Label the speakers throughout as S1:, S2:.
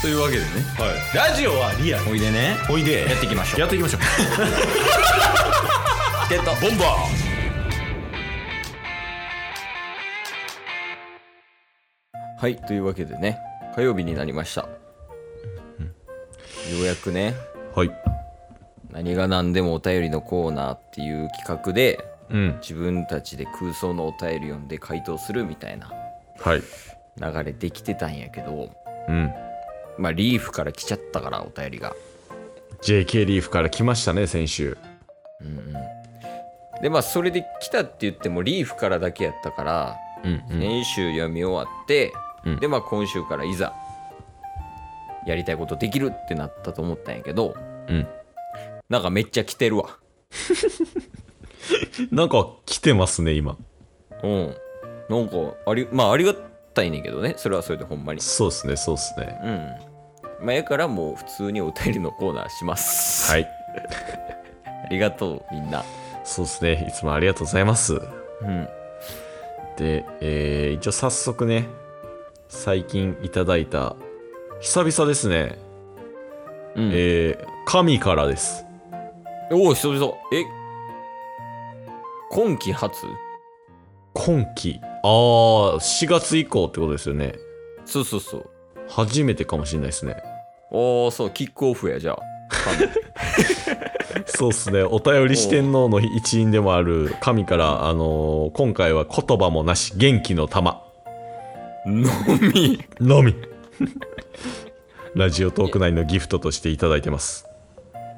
S1: というわけでね
S2: はい、ラジオはリアル
S1: おいでね
S2: おいで
S1: やっていきましょう
S2: やっていきましょう
S1: ゲット
S2: ボンバ
S1: はいというわけでね火曜日になりました、ようやくね
S2: ーはい
S1: 何が何でもお便りのコーナーっていう企画で
S2: うん
S1: 自分たちで空想のお便り読んで回答するみたいな
S2: はい
S1: 流れできてたんやけど
S2: うん
S1: まあリーフから来ちゃったからお便りが
S2: JK リーフから来ましたね先週
S1: でまあそれで来たって言ってもリーフからだけやったから
S2: うん
S1: 先週読み終わって、
S2: うん
S1: でまあ今週からいざやりたいことできるってなったと思ったんやけど
S2: うん
S1: なんかめっちゃ来てるわ
S2: なんか来てますね今
S1: うんなんかありまあありがたいねんけどねそれはそれでほんまに
S2: そうっすねそうっすね
S1: うんまあやからもう普通にお便りのコーナーします
S2: はいい
S1: ありがとうみんな
S2: そうっすねいつもありがとうございます
S1: うん
S2: で、えー一応早速ね最近いただいた久々ですね、
S1: うん、
S2: えー神からです
S1: おお久々え今季初
S2: 今期あー4月以降ってことですよね
S1: そうそうそう
S2: 初めてかもしれないですね
S1: おおそうキックオフやじゃあ
S2: そうっすねお便り四天王の一員でもある神から、あのー今回は言葉もなし元気の玉
S1: のみ
S2: のみラジオトーク内のギフトとしていただいてます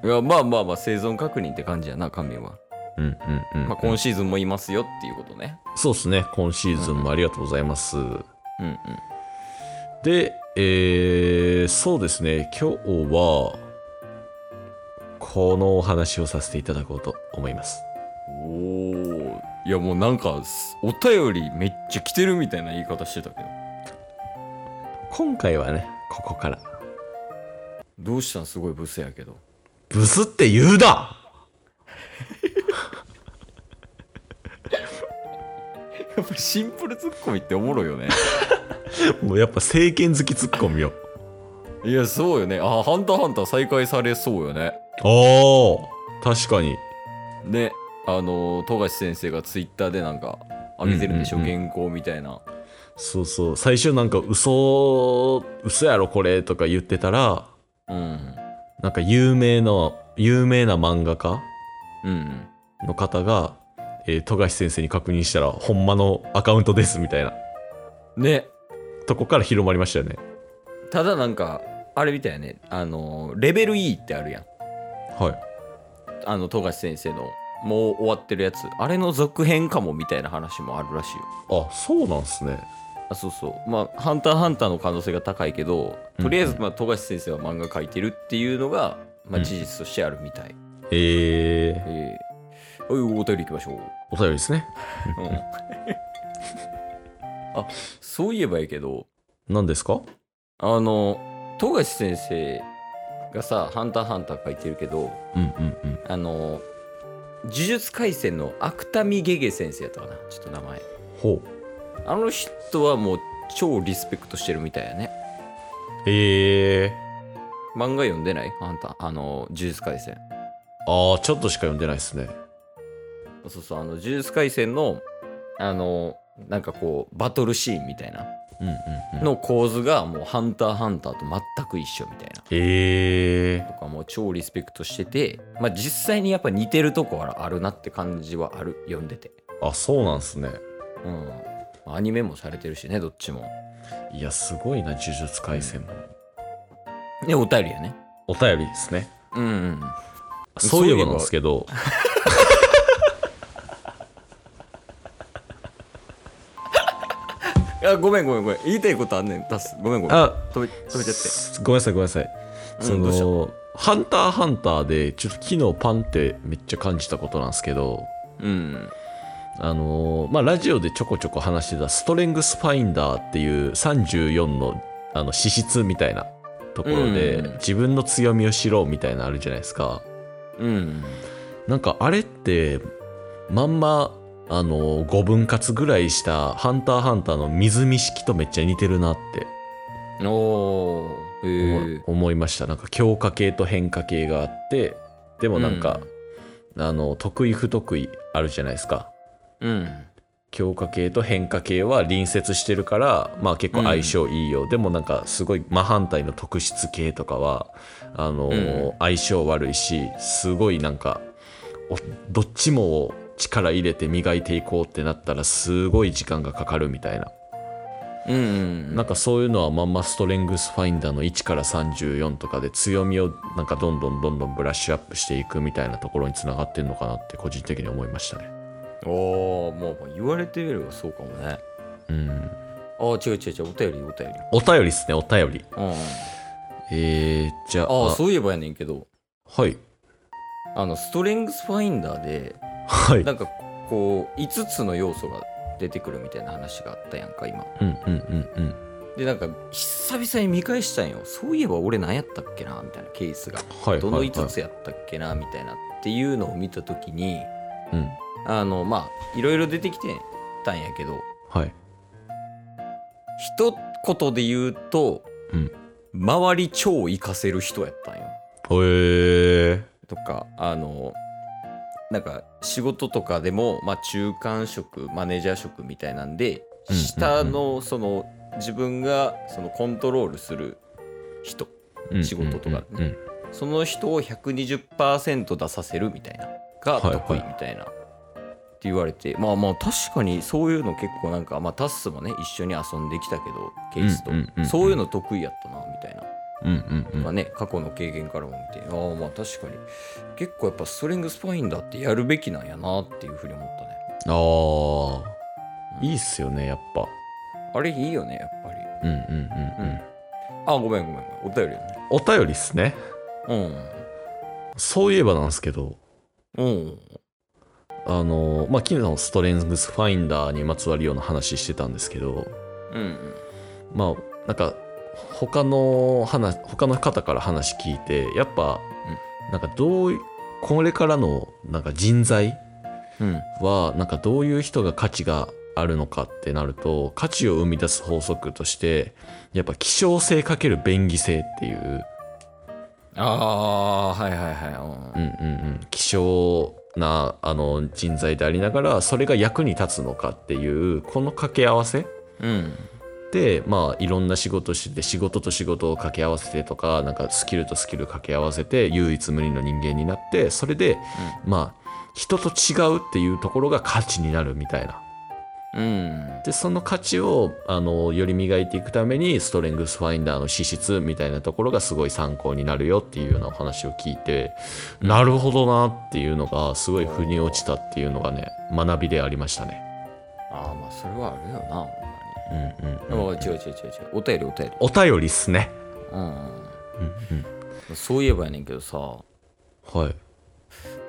S1: いやまあまあまあ生存確認って感じやな神は、
S2: うんうんうん、
S1: まあ、今シーズンもいますよっていうことね
S2: そうっすね今シーズンもありがとうございます、
S1: うんうん
S2: で、えー、そうですね、今日は、このお話をさせていただこうと思います。
S1: おおいやもうなんかすお便りめっちゃ来てるみたいな言い方してたけど
S2: 今回はね、ここから。
S1: どうしたんすごいブスやけど
S2: ブスって言うだ
S1: やっぱシンプルツッコミっておもろいよね
S2: もうやっぱ政権好きツッコミよ。
S1: いやそうよねあハンターハンター再開されそうよね
S2: ああ、確かに。
S1: ねあのー富樫先生がツイッターでなんか上げてるんでしょ、
S2: うんうんう
S1: 原稿みたいな
S2: そうそう、最初なんか嘘、嘘やろこれとか言ってたら、
S1: うん
S2: なんか有名な、有名な漫画家
S1: うん
S2: の方が、えー、富樫先生に確認したら、ほんまのアカウントですみたいな。
S1: ね
S2: とこから広まりましたよね。
S1: ただなんかあれみたいやねあのーレベル E ってあるやん
S2: はい。
S1: あの富樫先生のもう終わってるやつあれの続編かもみたいな話もあるらしいよ
S2: あそうなんすね
S1: あそうそうまあ「ハンターハンター」の可能性が高いけどとりあえずまあ富樫先生は漫画描いてるっていうのが、ま
S2: う
S1: あ、
S2: ん
S1: 事実としてあるみたい、
S2: ええ
S1: ええおいお便り行きましょ う、
S2: お便りですね
S1: うん、あそういえばやけど
S2: 何ですか
S1: あの富樫先生がさ「ハンターハンター」描いてるけど
S2: うんうんうん
S1: あの呪術廻戦の芥見ゲゲ先生やったかなちょっと名前
S2: ほう
S1: あの人はもう超リスペクトしてるみたいやね。
S2: ええ
S1: 漫画読んでないあんた、あの、呪術廻戦。
S2: ああちょっとしか読んでないですね
S1: そうそう、あの、呪術廻戦の、あの、なんかこう、バトルシーンみたいな、
S2: うんうん、うん、
S1: の構図がもう、ハンターハンターと全く一緒みたいな。
S2: ええ
S1: とかもう超リスペクトしてて、まあ実際にやっぱ似てるとこはあるなって感じはある、読んでて。
S2: あそうなんすね
S1: うん。アニメもされてるしね、どっちも。
S2: いやすごいな呪術廻戦も、
S1: で、お便りやね。
S2: お便りですね
S1: うんうん。
S2: そういえばなんですけど
S1: あ、ごめんごめんごめん。言いたいことあんねん。出す。ごめんごめん。
S2: あ
S1: 止め、止めちゃって。
S2: すごめんなさいごめんなさい、
S1: うん
S2: そ
S1: どうした
S2: のハンターハンターでちょっと昨日パンってめっちゃ感じたことなんですけど
S1: うん。
S2: あのーまあ、ラジオでちょこちょこ話してたストレングスファインダーっていう34のあの資質みたいなところで、
S1: うん
S2: 自分の強みを知ろうみたいなのあるじゃないですか
S1: うん。
S2: なんかあれってまんまあの5分割ぐらいした「ハンターハンター」の水見式とめっちゃ似てるなって
S1: おお。え
S2: 思
S1: ー、
S2: 思いましたなんか強化系と変化系があってでもなんか、あの得意不得意あるじゃないですか
S1: うん
S2: 強化系と変化系は隣接してるから、まあ、結構相性いいよ、でもなんかすごい真反対の特質系とかはあのー
S1: うん
S2: 相性悪いしすごいなんかおどっちも力入れて磨いていこうってなったらすごい時間がかかるみたいな
S1: うんうん
S2: なんかそういうのはまんまストレングスファインダーの1から34とかで強みをなんかどんどんどんどんブラッシュアップしていくみたいなところにつながってるのかなって個人的に思いましたね。
S1: おーもう言われてみればそうかもね
S2: うん、
S1: あー違う違う違うお便りお便り
S2: お便りですねお便り。
S1: うんうん
S2: えー、じゃあ
S1: ああそういえばやねんけど
S2: はい
S1: あのストレングスファインダーで
S2: はい。
S1: なんかこう5つの要素が出てくるみたいな話があったやんか今
S2: うんうんうんうん。
S1: でなんか久々に見返したんよそういえば俺何やったっけなみたいなケースが
S2: はい。
S1: どの5
S2: はい
S1: つやったっけなみたいなっていうのを見た時に
S2: はいうん。
S1: あのまあいろいろ出てきてたんやけど
S2: はい。
S1: 一言で言うと、
S2: うん
S1: 周り超活かせる人やったんよ
S2: えー。
S1: とかあのなんか仕事とかでも、まあ、中間職マネージャー職みたいなんで
S2: うんうんうん
S1: 下のその自分がそのコントロールする人
S2: うん
S1: 仕事とか
S2: うんうん
S1: その人を120%出させるみたいなが
S2: はいはい
S1: 得意みたいな、って言われてまあまあ確かにそういうの結構なんか、まあ、タッスもね一緒に遊んできたけどケースと、
S2: うんうんうんうん
S1: そういうの得意やったなみたいな
S2: うんうんう
S1: まあ
S2: ん。
S1: ね、過去の経験からも見てああまあ確かに結構やっぱストレングスファインダーってやるべきなんやなっていうふうに思ったね
S2: あーいいっすよねやっぱ。
S1: あれいいよねやっぱり
S2: うんうんうんうん。
S1: あごめんごめんごめんお便りやね
S2: お便りっすね。そういえばなんですけど。
S1: うんうん
S2: あのまあ、昨日のストレングスファインダーにまつわるような話してたんですけど、
S1: うん
S2: まあ、なんか他の話他の方から話聞いてやっぱ、なんかどういこれからのなんか人材
S1: うん
S2: はなんかどういう人が価値があるのかってなると価値を生み出す法則としてやっぱ希少性かける便宜性っていう
S1: ああはいはいは
S2: う
S1: い
S2: んうんうん、希少なあの人材でありながらそれが役に立つのかっていうこの掛け合わせ
S1: うん
S2: でまあいろんな仕事してて仕事と仕事を掛け合わせてとかなんかスキルとスキル掛け合わせて唯一無二の人間になってそれで、まあ人と違うっていうところが価値になるみたい
S1: うんう
S2: な。
S1: ん
S2: でその価値をあのより磨いていくためにストレングスファインダーの資質みたいなところがすごい参考になるよっていうようなお話を聞いてなるほどなっていうのがすごい腑に落ちたっていうのがね学びでありましたね。
S1: ああまあそれはあるよなほんま
S2: うん
S1: に、
S2: うんうん
S1: ああ違う違う違う違うお便りお便り
S2: お便りっすね。
S1: うん、うん
S2: うん
S1: そういえばやねんけどさ
S2: うん、はい。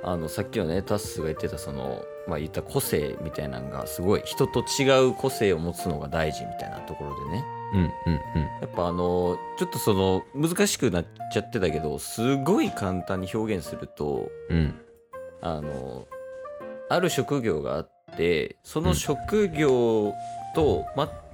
S1: あのさっきのねタッスが言ってたそのまあ言った個性みたいなのがすごい人と違う個性を持つのが大事みたいなところでね
S2: うんうんうん。
S1: やっぱあのちょっとその難しくなっちゃってたけどすごい簡単に表現すると
S2: うん
S1: あのある職業があってその職業と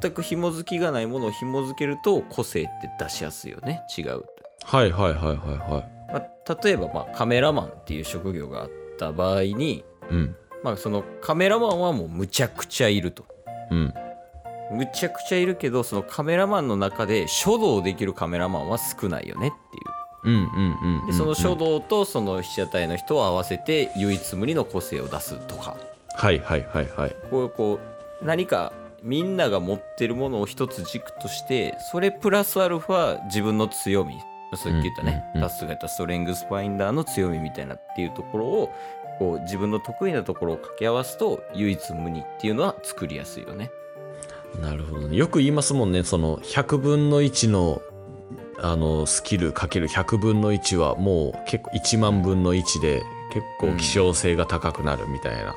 S1: 全く紐づきがないものを紐づけると個性って出しやすいよね違うって
S2: はいはいはいはいは
S1: まあ、例えばまあカメラマンっていう職業があった場合に
S2: い。うん
S1: まあ、そのカメラマンはもうむちゃくちゃいると。
S2: うん
S1: むちゃくちゃいるけどそのカメラマンの中で書道できるカメラマンは少ないよねってい
S2: うんうんうんうんう。
S1: うんでその書道とその被写体の人を合わせて唯一無二の個性を出すとか
S2: はいはいはいはい。
S1: こうこう何かみんなが持ってるものを一つ軸としてそれプラスアルファ自分の強みさっき言ったね
S2: うんうんう
S1: タ
S2: ん
S1: スが言ったストレングスファインダーの強みみたいなっていうところをこう自分の得意なところを掛け合わすと唯一無二っていうのは作りやすいよね。
S2: なるほどね。よく言いますもんね、その100分の1のあのスキルかける100分の1はもう結構1万分の1で結構希少性が高くなるみたいな。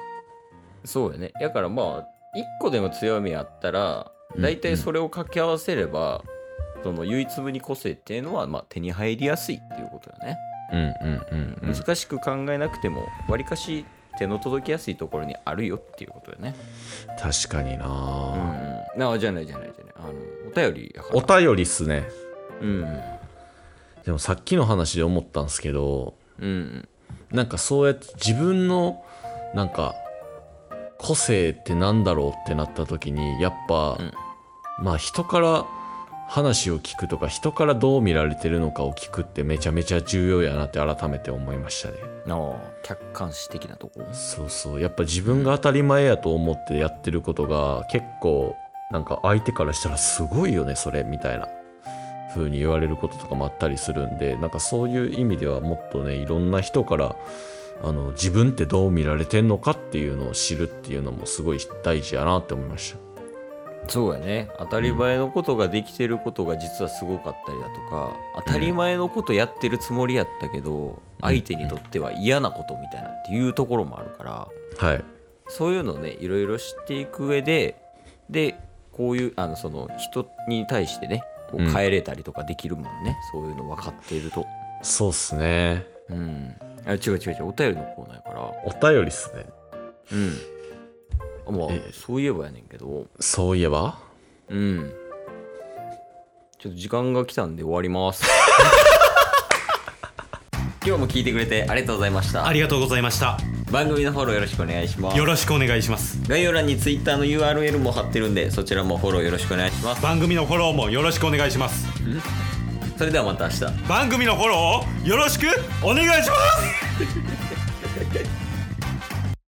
S1: そうよねだからまあ一個でも強みあったら
S2: うん
S1: 大体それを掛け合わせれば、その唯一無二個性っていうのはまあ手に入りやすいっていうことだね、
S2: うんうんうんうん。
S1: 難しく考えなくてもわりかし手の届きやすいところにあるよっていうことだね
S2: 確かに
S1: うん
S2: な、
S1: うん、あじゃないじゃないじゃないあのお便りやから
S2: お便りっすね。
S1: うん
S2: でもさっきの話で思ったんですけど
S1: うん
S2: なんかそうやって自分のなんか個性ってなんだろうってなった時にやっぱ、
S1: うん
S2: まあ人から話を聞くとか人からどう見られてるのかを聞くってめちゃめちゃ重要やなって改めて思いましたね。
S1: ああ客観視的なとこ
S2: そうそうやっぱ自分が当たり前やと思ってやってることが結構なんか相手からしたらすごいよねそれみたいな風に言われることとかもあったりするんでなんかそういう意味ではもっとねいろんな人からあの自分ってどう見られてんのかっていうのを知るっていうのもすごい大事やなって思いました
S1: そうやね当たり前のことができてることが実はすごかったりだとか当たり前のことやってるつもりやったけど相手にとっては嫌なことみたいなっていうところもあるから
S2: はい
S1: そういうのをねいろいろ知っていく上ででこういうあのその人に対してねこ
S2: う
S1: うん変えれたりとかできるもんね、そういうの分かっていると
S2: そうっすね
S1: うんあ違う違う違うお便りのコーナーやから
S2: お便りっすね
S1: うんまあ
S2: ええ
S1: そういえばやねんけど
S2: そういえば
S1: うんちょっと時間が来たんで終わります 今日も聞いてくれてありがとうございました
S3: ありがとうございました
S1: 番組のフォローよろしくお願いします
S3: よろしくお願いします
S1: 概要欄に Twitter の URL も貼ってるんでそちらもフォローよろしくお願いします
S3: 番組のフォローもよろしくお願いします
S1: それではまた明日
S3: 番組のフォローをよろしくお願いします